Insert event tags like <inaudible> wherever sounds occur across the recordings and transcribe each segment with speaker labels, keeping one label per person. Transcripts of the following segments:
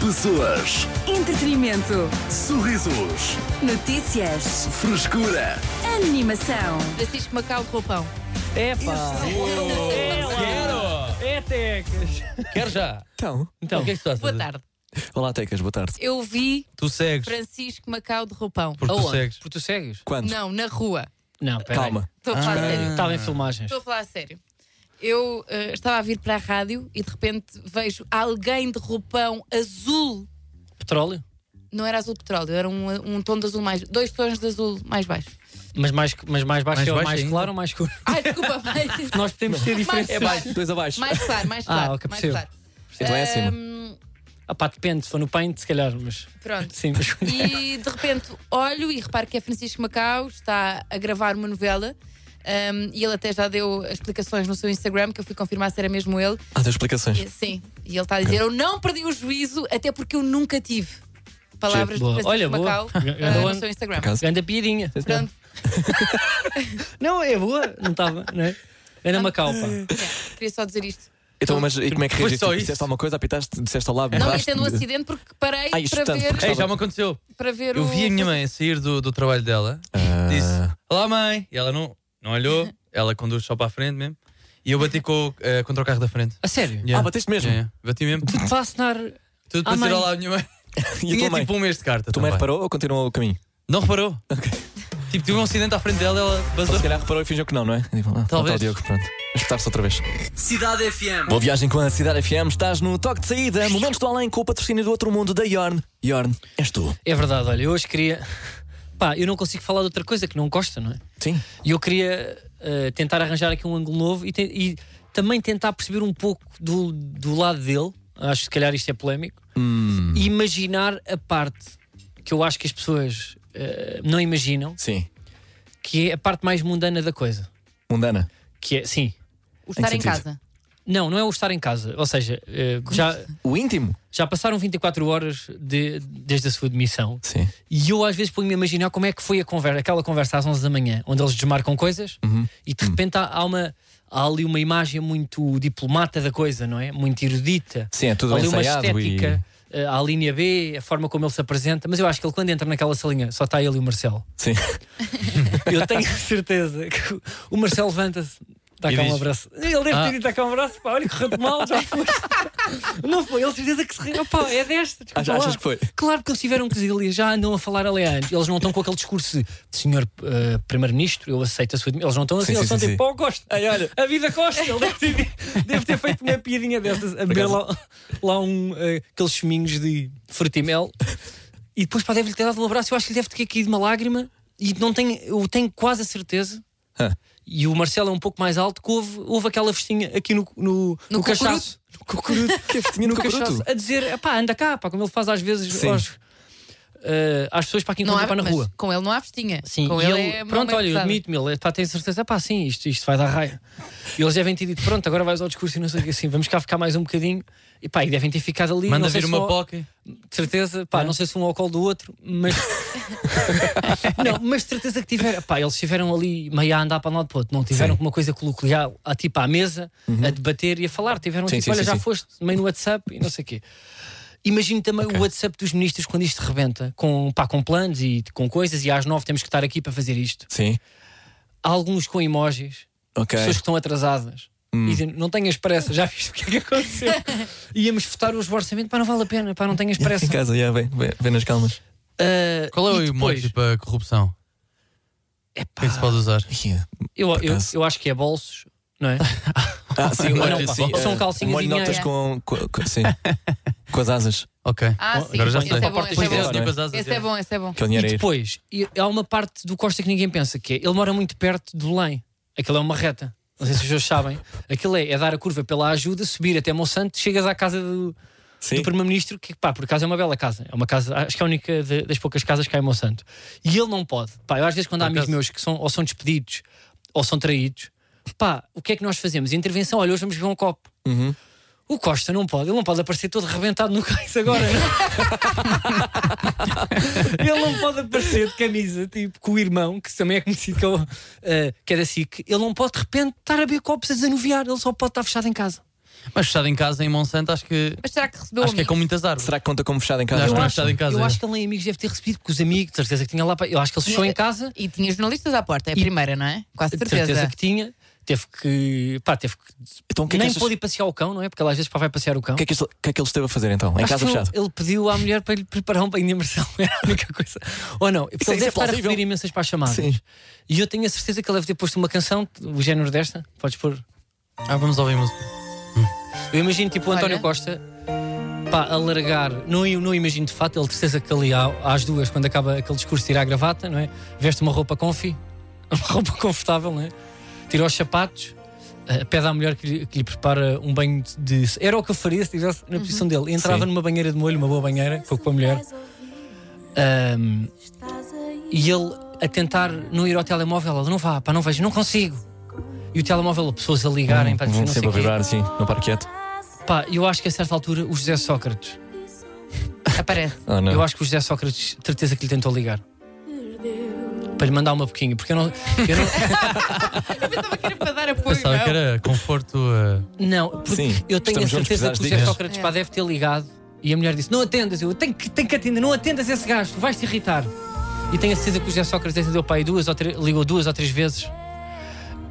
Speaker 1: Pessoas,
Speaker 2: Entretenimento.
Speaker 1: sorrisos,
Speaker 2: Notícias.
Speaker 1: frescura.
Speaker 2: Animação.
Speaker 3: Francisco Macau de Roupão.
Speaker 4: Epá! Quero! É tecas!
Speaker 5: Quero já.
Speaker 4: Então,
Speaker 5: Então, o que é que tu estás a
Speaker 3: Boa
Speaker 5: fazer?
Speaker 3: tarde.
Speaker 4: olá tecas, boa tarde.
Speaker 3: Eu vi
Speaker 5: Tu segues.
Speaker 3: Francisco Macau de Roupão.
Speaker 5: Porque tu
Speaker 3: Aonde?
Speaker 5: segues.
Speaker 6: Porque tu segues?
Speaker 4: Quando?
Speaker 3: Não, na rua.
Speaker 6: Não, peraí.
Speaker 4: Calma.
Speaker 3: Estou
Speaker 5: Ah.
Speaker 3: a falar a sério.
Speaker 6: Estava em filmagens.
Speaker 3: Estou a falar a sério. Eu eh, estava a vir para a rádio e de repente vejo alguém de roupão azul.
Speaker 6: Petróleo,
Speaker 3: Não era azul petróleo, era um, um tom de azul mais. Dois tons de azul mais baixo.
Speaker 6: mas mais, mas mais baixo
Speaker 5: Mais
Speaker 6: é o
Speaker 5: baixo
Speaker 6: mais
Speaker 5: ainda?
Speaker 6: claro ou mais
Speaker 5: <laughs>
Speaker 6: escuro?
Speaker 3: Ai, desculpa, <laughs> mais.
Speaker 6: Nós podemos ter
Speaker 3: mais,
Speaker 6: diferenças.
Speaker 3: claro,
Speaker 4: Dois abaixo.
Speaker 3: mais claro,
Speaker 5: Ah,
Speaker 3: mais claro.
Speaker 6: ok,
Speaker 3: mais
Speaker 6: percebo.
Speaker 3: claro.
Speaker 4: Então é acima.
Speaker 3: Ahm,
Speaker 6: Ah, pá, depende, se for no paint, se calhar, mas. <laughs>
Speaker 3: pronto.
Speaker 6: Sim, mas. <laughs>
Speaker 3: E de repente olho e reparo que é Francisco Macau, está a gravar uma novela. ahm, e ele até já deu explicações no seu Instagram, que eu fui confirmar se era mesmo ele.
Speaker 4: Ah, tem explicações.
Speaker 3: E, sim, e ele está a dizer: Eu não perdi o juízo, até porque eu nunca tive. Palavras
Speaker 6: Boa.
Speaker 3: de Francisco
Speaker 6: Olha, boa.
Speaker 3: Macau ah,
Speaker 6: Boa.
Speaker 3: no seu Instagram.
Speaker 4: acaso.
Speaker 6: Ganda piadinha.
Speaker 3: Pronto,
Speaker 6: Não, é boa. Não estava, não é? Ana Macau, pá.
Speaker 3: é, queria só dizer isto.
Speaker 4: Então, mas e como é que
Speaker 5: Foi
Speaker 4: reagiste?
Speaker 5: só isso?
Speaker 4: Disseste alguma coisa, apitaste, disseste olá,
Speaker 3: Não,
Speaker 4: mudaste
Speaker 3: isto é num
Speaker 4: de-
Speaker 3: acidente porque parei
Speaker 4: Ah, isto
Speaker 3: para,
Speaker 4: tanto, porque
Speaker 3: ver,
Speaker 5: Ei, já me aconteceu.
Speaker 3: para ver
Speaker 5: Eu
Speaker 3: o.
Speaker 5: vi a minha mãe a sair do, do trabalho dela.
Speaker 4: Ah.
Speaker 5: Disse: Olá, mãe. E ela não,
Speaker 4: <laughs>
Speaker 5: não olhou. Ela conduz só para a frente mesmo. E eu bati com, o- eh, contra o carro da frente.
Speaker 6: A sério?
Speaker 5: Yeah.
Speaker 4: Ah, bateste mesmo?
Speaker 5: Yeah, yeah. Bati
Speaker 4: <laughs>
Speaker 5: mesmo.
Speaker 6: Está a assinar.
Speaker 5: Tudo
Speaker 6: Ah,
Speaker 5: para dizer
Speaker 6: mãe.
Speaker 5: olá à minha mãe.
Speaker 4: E a
Speaker 5: Tinha
Speaker 4: tua mãe?
Speaker 5: tipo um mês de carta.
Speaker 4: A tua mãe
Speaker 5: também.
Speaker 4: reparou ou continuou o caminho?
Speaker 5: Não reparou. <laughs> Tipo, tive um acidente à frente dela. Ela
Speaker 4: Ou
Speaker 5: basou.
Speaker 4: se calhar reparou e fingiu que não, não é? Tipo, ah, lá está o
Speaker 5: Talvez.
Speaker 4: Diogo, pronto. Espetar-se outra vez.
Speaker 5: Cidade FM.
Speaker 4: Boa viagem com a Cidade FM. Estás no toque de saída. Momentos do além com o patrocínio do outro mundo da Yorn. Yorn, és tu.
Speaker 6: É verdade, olha, eu hoje queria. Pá, eu não consigo falar de outra coisa que não gosta, não é?
Speaker 4: Sim.
Speaker 6: E eu queria eh, tentar arranjar aqui um ângulo novo e, te- e também tentar perceber um pouco do, do lado dele. Acho que se calhar isto é polémico. E imaginar a parte que eu acho que as pessoas eh, não imaginam,
Speaker 4: Sim.
Speaker 6: que é a parte mais mundana da coisa.
Speaker 4: Mundana.
Speaker 6: Que é, sim.
Speaker 3: o estar
Speaker 4: Em
Speaker 3: em,
Speaker 4: que sentido?
Speaker 3: casa.
Speaker 6: Não, não é o estar em casa. Ou seja, eh, já,
Speaker 4: O íntimo.
Speaker 6: já passaram 24 horas de- desde a sua demissão.
Speaker 4: Sim.
Speaker 6: E eu às vezes ponho-me a imaginar como é que foi a conversa, aquela conversa às 11 da manhã, onde eles desmarcam coisas
Speaker 4: Uhum.
Speaker 6: e de repente há, há uma, há ali uma imagem muito diplomata da coisa, não é? Muito erudita.
Speaker 4: Sim, é tudo
Speaker 6: há ali uma
Speaker 4: ensaiado
Speaker 6: estética, eh, há a linha B, a forma como ele se apresenta. Mas eu acho que ele quando entra naquela salinha só está ele e o Marcelo.
Speaker 4: Sim. <laughs>
Speaker 6: Eu tenho certeza que o- o Marcelo levanta-se. Dá
Speaker 5: E
Speaker 6: cá um
Speaker 5: diz-
Speaker 6: abraço. Ele deve
Speaker 5: Ah.
Speaker 6: ter dito dá cá um abraço. Pá, olha, correu-te mal, já foi. <laughs> Não foi, ele de certeza que se riu. Pá, é desta. desculpa
Speaker 4: Achas-
Speaker 6: lá.
Speaker 4: achas que foi?
Speaker 6: Claro que eles tiveram que dizer ali, já andam a falar ali há anos. Eles não estão com aquele discurso de senhor eh, primeiro-ministro, eu aceito a sua. Eles não estão assim,
Speaker 4: Sim,
Speaker 6: eles
Speaker 4: sim,
Speaker 6: estão
Speaker 4: sim,
Speaker 6: tipo,
Speaker 4: sim.
Speaker 6: pô, gosto. Ai, olha, a vida costa. Ele deve ter, deve ter feito uma piadinha dessas, a beber lá, lá um, eh, aqueles chuminhos de frutimel. E depois, pá, deve-lhe ter dado um abraço. Eu acho que lhe deve ter caído uma lágrima. E não tenho, eu tenho quase a certeza.
Speaker 4: Ah.
Speaker 6: E o Marcelo é um pouco mais alto. Que houve, houve aquela festinha aqui no, no, no,
Speaker 3: No
Speaker 6: cachaço. No cocuruto.
Speaker 4: Que festinha no
Speaker 6: cachaço,
Speaker 4: cachaço.
Speaker 6: A dizer, pá, anda cá, pá, como ele faz às vezes
Speaker 4: Sim.
Speaker 6: aos, eh, às pessoas para quem
Speaker 3: Não
Speaker 6: encontra
Speaker 3: há,
Speaker 6: pá, na
Speaker 3: mas
Speaker 6: rua.
Speaker 3: Com ele não há festinha.
Speaker 6: Sim,
Speaker 3: com
Speaker 6: e
Speaker 3: ele,
Speaker 6: ele,
Speaker 3: é uma
Speaker 6: pronto,
Speaker 3: mãe
Speaker 6: olha, eu
Speaker 3: pesada.
Speaker 6: admito-me, ele está tem certeza, pá, sim, isto, isto vai dar raia. E eles devem ter dito, pronto, agora vais ao discurso e não sei o que assim, vamos cá ficar mais um bocadinho. E pá, e devem ter ficado ali.
Speaker 5: Manda
Speaker 6: não sei
Speaker 5: vir
Speaker 6: se
Speaker 5: uma
Speaker 6: ao-
Speaker 5: poca.
Speaker 6: De certeza,
Speaker 4: É?
Speaker 6: pá, não sei se um ao colo do outro,
Speaker 4: <laughs>
Speaker 6: mas. não, mas de certeza que tiveram, pá, eles estiveram ali meio a andar para um lado para o outro, não tiveram uma coisa coloquial, a, tipo à mesa, a debater e a falar, tiveram
Speaker 4: Uhum. Sim,
Speaker 6: tipo,
Speaker 4: sim,
Speaker 6: olha,
Speaker 4: sim,
Speaker 6: já
Speaker 4: sim.
Speaker 6: foste meio no WhatsApp e não sei o quê. Imagino também o WhatsApp dos ministros quando isto rebenta, com, pá, com planos e com coisas, e às nove temos que estar aqui para fazer isto.
Speaker 4: Sim.
Speaker 6: Há alguns com emojis,
Speaker 4: Ok. Hum.
Speaker 6: pessoas que estão atrasadas. E dizem, não tenhas pressa, já viste o que é
Speaker 4: <laughs>
Speaker 6: que aconteceu? Íamos votar hoje o orçamento, pá, não vale a pena, pá, não tenhas pressa.
Speaker 4: Em casa, já, vem, vem, vem nas calmas.
Speaker 6: Ah,
Speaker 5: Qual é
Speaker 6: e
Speaker 5: o
Speaker 6: depois-
Speaker 5: emoji para corrupção? O que é que se pode usar?
Speaker 4: Ih,
Speaker 6: Eu, eu,
Speaker 4: acaso.
Speaker 6: eu acho que é bolsos, não
Speaker 5: <laughs>
Speaker 6: é?
Speaker 4: Ah, sim,
Speaker 6: Ou
Speaker 4: olha,
Speaker 6: não, pá.
Speaker 4: sim,
Speaker 6: Ou são
Speaker 4: eh,
Speaker 6: calcinhas
Speaker 4: molho
Speaker 6: e é.
Speaker 4: notas
Speaker 6: nhanhã.
Speaker 4: com, com, com- sim, com as asas.
Speaker 5: Ok.
Speaker 3: Ah, sim,
Speaker 5: Agora já
Speaker 3: esse
Speaker 5: sei. tipo
Speaker 3: é bom, esse é
Speaker 4: Pois é,
Speaker 3: bom.
Speaker 4: não é?
Speaker 3: Esse é bom, esse é bom.
Speaker 4: Que é o dinheiro
Speaker 6: e tipo,
Speaker 4: a ir.
Speaker 6: depois, e há uma parte do Costa que ninguém pensa, que é ele mora muito perto de Belém. Aquilo é uma reta. Não sei se vocês sabem. Aquilo é, é dar a curva pela ajuda, subir até Monsanto, chegas à casa do,
Speaker 4: Sim.
Speaker 6: do Primeiro-Ministro, que pá, por acaso é uma bela casa. É uma casa, acho que é a única de- das poucas casas que há em Monsanto. E ele não pode. Pá, eu às vezes quando há amigos
Speaker 5: acaso.
Speaker 6: meus que são ou são despedidos ou são traídos, pá, o que é que nós fazemos? Intervenção, olha, hoje vamos beber um copo. O Costa não pode, ele não pode aparecer todo arrebentado no cais agora. não? ele não pode aparecer de camisa, tipo, com o irmão, que também é conhecido como, eh, que é da SIC. Ele não pode, de repente, estar a beber copos a desanuviar, ele só pode estar fechado em casa.
Speaker 5: Mas fechado em casa, em Monsanto, acho que,
Speaker 3: Mas será que recebeu
Speaker 5: acho que é
Speaker 3: amigos?
Speaker 5: com muitas árvores.
Speaker 4: Será que conta como fechado em casa?
Speaker 5: Acho que
Speaker 6: Eu
Speaker 5: não é
Speaker 6: acho,
Speaker 5: fechado em casa.
Speaker 6: eu acho que ele nem amigos deve ter recebido, porque os amigos, de certeza que tinha lá. para- Eu acho que ele fechou em casa,
Speaker 3: E tinha jornalistas à porta, é a
Speaker 6: E-
Speaker 3: primeira, não é? Quase
Speaker 6: de
Speaker 3: certeza.
Speaker 6: certeza que tinha. Teve que. Pá, teve que.
Speaker 4: Então o que é que,
Speaker 6: nem
Speaker 4: achas-
Speaker 6: pôde ir passear o cão, não é? Porque ela às vezes pá, vai passear o cão.
Speaker 4: o que é que este- o que é que ele esteve a fazer então? Em
Speaker 6: Acho
Speaker 4: casa
Speaker 6: que ele-
Speaker 4: fechado?
Speaker 6: Ele pediu à mulher para lhe preparar um banho de imersão. <laughs> Era a única coisa. Ou não? Porque
Speaker 4: Isso é-
Speaker 6: ele
Speaker 4: isso é
Speaker 6: deve estar a
Speaker 4: plausível.
Speaker 6: receber imensas para as chamadas.
Speaker 4: Sim.
Speaker 6: E eu tenho a certeza que ele deve ter posto uma canção, o género desta. Podes pôr.
Speaker 5: Ah, vamos ouvir música.
Speaker 6: Eu imagino tipo o António
Speaker 3: Olha.
Speaker 6: Costa pá, a largar, não, não imagino de fato, ele de certeza que ali à- às duas, quando acaba aquele discurso, tira a gravata, não é? Veste uma roupa confi, <laughs> uma roupa confortável, não é? Tira os sapatos, eh, pede à mulher que lhe, que lhe prepara um banho de. de- Era o que eu faria se estivesse na posição dele. Entrava
Speaker 4: Sim.
Speaker 6: numa banheira de molho, uma boa banheira, com com a mulher. ahm, e ele a tentar não ir ao telemóvel, ela não vá, pá, não vejo, não consigo. E o telemóvel, pessoas a ligarem, pá,
Speaker 4: Vão
Speaker 6: não sei
Speaker 4: sempre
Speaker 6: o
Speaker 4: Hum, a
Speaker 6: quê.
Speaker 4: vibrar assim, no parquete.
Speaker 6: Pá, eu acho que a certa altura o José Sócrates,
Speaker 3: Aparece.
Speaker 4: Oh, não.
Speaker 6: eu acho que o José Sócrates, de certeza que lhe tentou ligar para lhe mandar uma boquinha, porque eu não. eu não-
Speaker 3: Era para dar apoio.
Speaker 5: Pensava
Speaker 3: não.
Speaker 5: que era conforto. eh,
Speaker 6: não, porque
Speaker 4: Sim,
Speaker 6: eu tenho a
Speaker 4: estamos juntos,
Speaker 6: certeza
Speaker 4: precisares
Speaker 6: que o
Speaker 4: de
Speaker 6: José
Speaker 4: dicas.
Speaker 6: Sócrates pá, deve ter ligado e a mulher disse: Não atendas, eu tenho que, tenho que atender, não atendas esse gajo, vais te irritar. E tenho a certeza que o José Sócrates atendeu pai duas ou três- ligou duas ou três vezes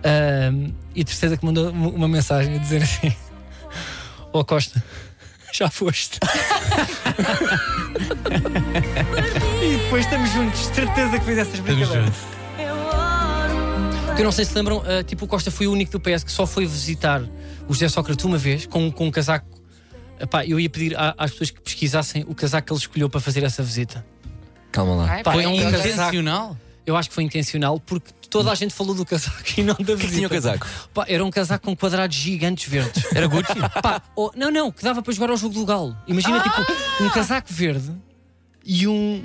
Speaker 6: Ahm, e de certeza que mandou uma uma mensagem a dizer assim: <laughs> Ó Costa, <laughs> já foste. <laughs> e depois estamos juntos, de certeza que fez essas
Speaker 5: Estamos
Speaker 6: brincadeiras.
Speaker 5: juntos.
Speaker 6: Porque eu não sei se lembram, ah, tipo, o Costa foi o único do PS que só foi visitar o José Sócrates uma vez com, com um casaco. Epá, eu ia pedir a- às pessoas que pesquisassem o casaco que ele escolheu para fazer essa visita.
Speaker 4: Calma lá.
Speaker 3: Ai,
Speaker 6: Pá,
Speaker 3: foi
Speaker 6: é um
Speaker 3: um
Speaker 6: casaco.
Speaker 5: Intencional?
Speaker 6: Eu acho que foi intencional porque toda a gente falou do casaco <laughs> e não da
Speaker 4: O que é
Speaker 6: visita.
Speaker 4: que tinha o casaco?
Speaker 6: Pá, era um casaco com quadrados
Speaker 4: <laughs>
Speaker 6: gigantes verdes.
Speaker 5: Era <laughs> Gucci?
Speaker 6: Pá, oh, não, não, que dava para jogar ao jogo do galo.
Speaker 4: Ah!
Speaker 6: Imagina, tipo, um casaco verde e um.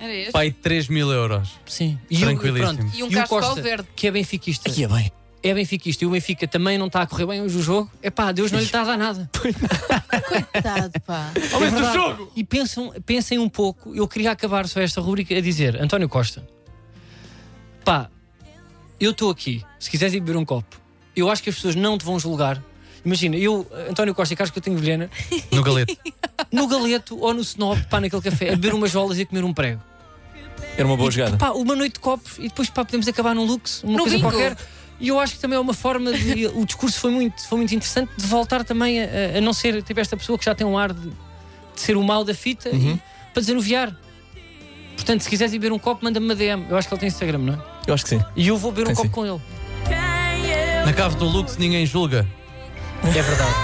Speaker 3: Era este.
Speaker 5: Pai, 3 mil euros.
Speaker 6: Sim, e um,
Speaker 5: Tranquilíssimo.
Speaker 6: pronto,
Speaker 3: E um
Speaker 6: e o
Speaker 3: casco
Speaker 6: Costa,
Speaker 3: verde.
Speaker 6: que é benfiquista.
Speaker 4: Ia bem.
Speaker 6: É benfiquista e o Benfica também não está a correr bem hoje o jogo. É pá, Deus não lhe está a dar
Speaker 3: <laughs>
Speaker 6: nada.
Speaker 3: Coitado, pá.
Speaker 6: É verdade. E pensam, pensem um pouco, eu queria acabar só esta rubrica a dizer: António Costa, pá, eu estou aqui. Se quiseres ir beber um copo, eu acho que as pessoas não te vão julgar. Imagina, eu, António Costa e Carlos que eu tenho Vilhena,
Speaker 5: No galete.
Speaker 6: no galeto ou no snob, pá, naquele café, a beber umas jolas e a comer um prego.
Speaker 4: Era uma boa jogada.
Speaker 6: Pá, uma noite de copos e depois, pá, podemos acabar num luxo, uma
Speaker 3: No
Speaker 6: coisa
Speaker 3: bingo.
Speaker 6: qualquer. E eu acho que também é uma forma de. O discurso foi muito, foi muito interessante de voltar também a, a não ser tipo esta pessoa que já tem um ar de, de ser o mal da fita
Speaker 4: Uhum.
Speaker 6: e- para desanuviar. Portanto, se quiseres ir beber um copo, manda-me uma DM. Eu acho que ele tem Instagram, não é?
Speaker 4: Eu acho que sim.
Speaker 6: E eu vou beber um
Speaker 4: Tem
Speaker 6: copo
Speaker 4: sim.
Speaker 6: com ele.
Speaker 5: Na cave do Lux ninguém julga.
Speaker 6: É <laughs> verdade.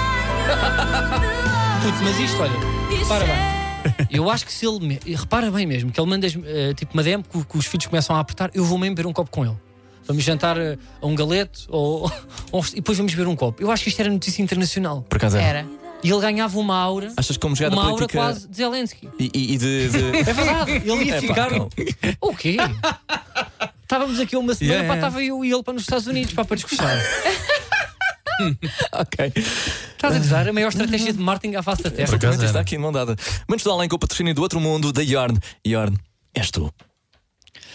Speaker 6: Putz, mas isto, olha, repara bem. <laughs> Eu acho que se ele. me- e Repara bem mesmo, que ele manda as- eh, tipo uma DM que, que os filhos começam a apertar, eu vou mesmo beber um copo com ele. Vamos jantar eh, a um galeto ou, <laughs> ou- e depois vamos beber um copo. Eu acho que isto era notícia internacional.
Speaker 4: Por acaso era.
Speaker 3: Era.
Speaker 6: E ele ganhava uma aura,
Speaker 4: Achas que como jogada
Speaker 6: uma aura
Speaker 4: política.
Speaker 6: quase de Zelensky.
Speaker 4: E, e- e de.
Speaker 6: <laughs>
Speaker 4: de-
Speaker 6: É verdade, ele ia
Speaker 4: Epá,
Speaker 6: ficar. um-
Speaker 4: não.
Speaker 6: O quê? <laughs> Estávamos aqui há uma semana,
Speaker 5: Yeah,
Speaker 6: pá,
Speaker 5: yeah.
Speaker 6: estava eu e ele para nos Estados Unidos pá, para discussar.
Speaker 4: ok.
Speaker 6: Estás a usar a maior estratégia de marketing à face da Terra.
Speaker 5: Por acaso
Speaker 4: Exatamente,
Speaker 5: era.
Speaker 4: está aqui de mão dada. Menos do além com o patrocínio do outro mundo, da Yorn. Yorn, és tu.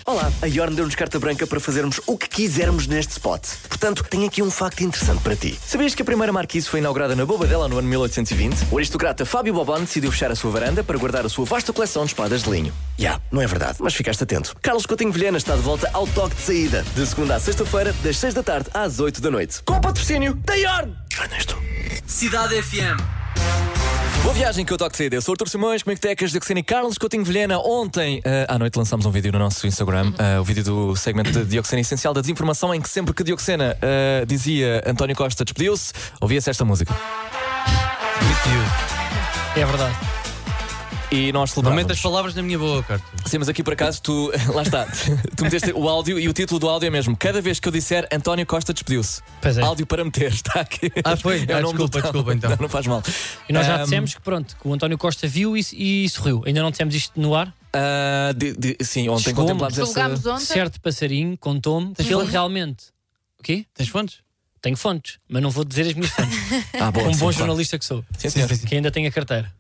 Speaker 7: Olá, a Yorn deu-nos carta branca para fazermos o que quisermos neste spot. Portanto, tenho aqui um facto interessante para ti.
Speaker 4: Sabias que a primeira marquise foi inaugurada na Bobadela no ano 1820?
Speaker 7: O aristocrata Fábio Bobon decidiu fechar a sua varanda para guardar a sua vasta coleção de espadas de linho. Já, não é verdade, mas ficaste atento. Carlos Coutinho Vilhena está de volta ao toque de saída, de segunda à sexta-feira, das seis da tarde às oito da noite. Com o patrocínio da Yorn! Ernesto.
Speaker 4: Cidade FM. Boa viagem que eu toco de saída. Eu sou o Artur Simões, como é que tecas da Cristina Carlos Coutinho Vilhena. Ontem eh, à noite lançámos um vídeo no nosso Instagram, eh, o vídeo do segmento de Dioxena Essencial da Desinformação, em que sempre que Dioxena eh, dizia António Costa despediu-se, ouvia-se esta música.
Speaker 5: With
Speaker 6: É verdade.
Speaker 4: E nós
Speaker 5: you. Aumenta as
Speaker 4: celebramos.
Speaker 5: palavras na minha boca, Arthur.
Speaker 4: Sim, mas aqui por acaso tu. <laughs> Lá está. Tu meteste o áudio e o título do áudio é mesmo. Cada vez que eu disser António Costa despediu-se.
Speaker 6: Pois é.
Speaker 4: Áudio para meter, <laughs> está aqui.
Speaker 5: Ah, foi?
Speaker 4: É o
Speaker 5: Ah,
Speaker 4: nome
Speaker 5: desculpa,
Speaker 4: do tal.
Speaker 5: desculpa, então.
Speaker 4: Não, não faz mal.
Speaker 6: E nós já
Speaker 4: Ahm,
Speaker 6: dissemos que pronto, que o António Costa viu e, e sorriu. Ainda não dissemos isto no ar.
Speaker 4: ah, de- de- sim, ontem
Speaker 6: Chegou-me.
Speaker 4: contemplámos essa.
Speaker 3: Julgámos ontem.
Speaker 6: Certo passarinho contou-me que ele realmente. O quê?
Speaker 5: Tens fontes?
Speaker 6: Tenho fontes, mas não vou dizer as minhas fontes.
Speaker 4: Ah, <laughs> boa, sim,
Speaker 6: Como Um bom
Speaker 4: claro.
Speaker 6: jornalista que sou,
Speaker 4: Sim, senhor.
Speaker 6: que ainda tenho a carteira.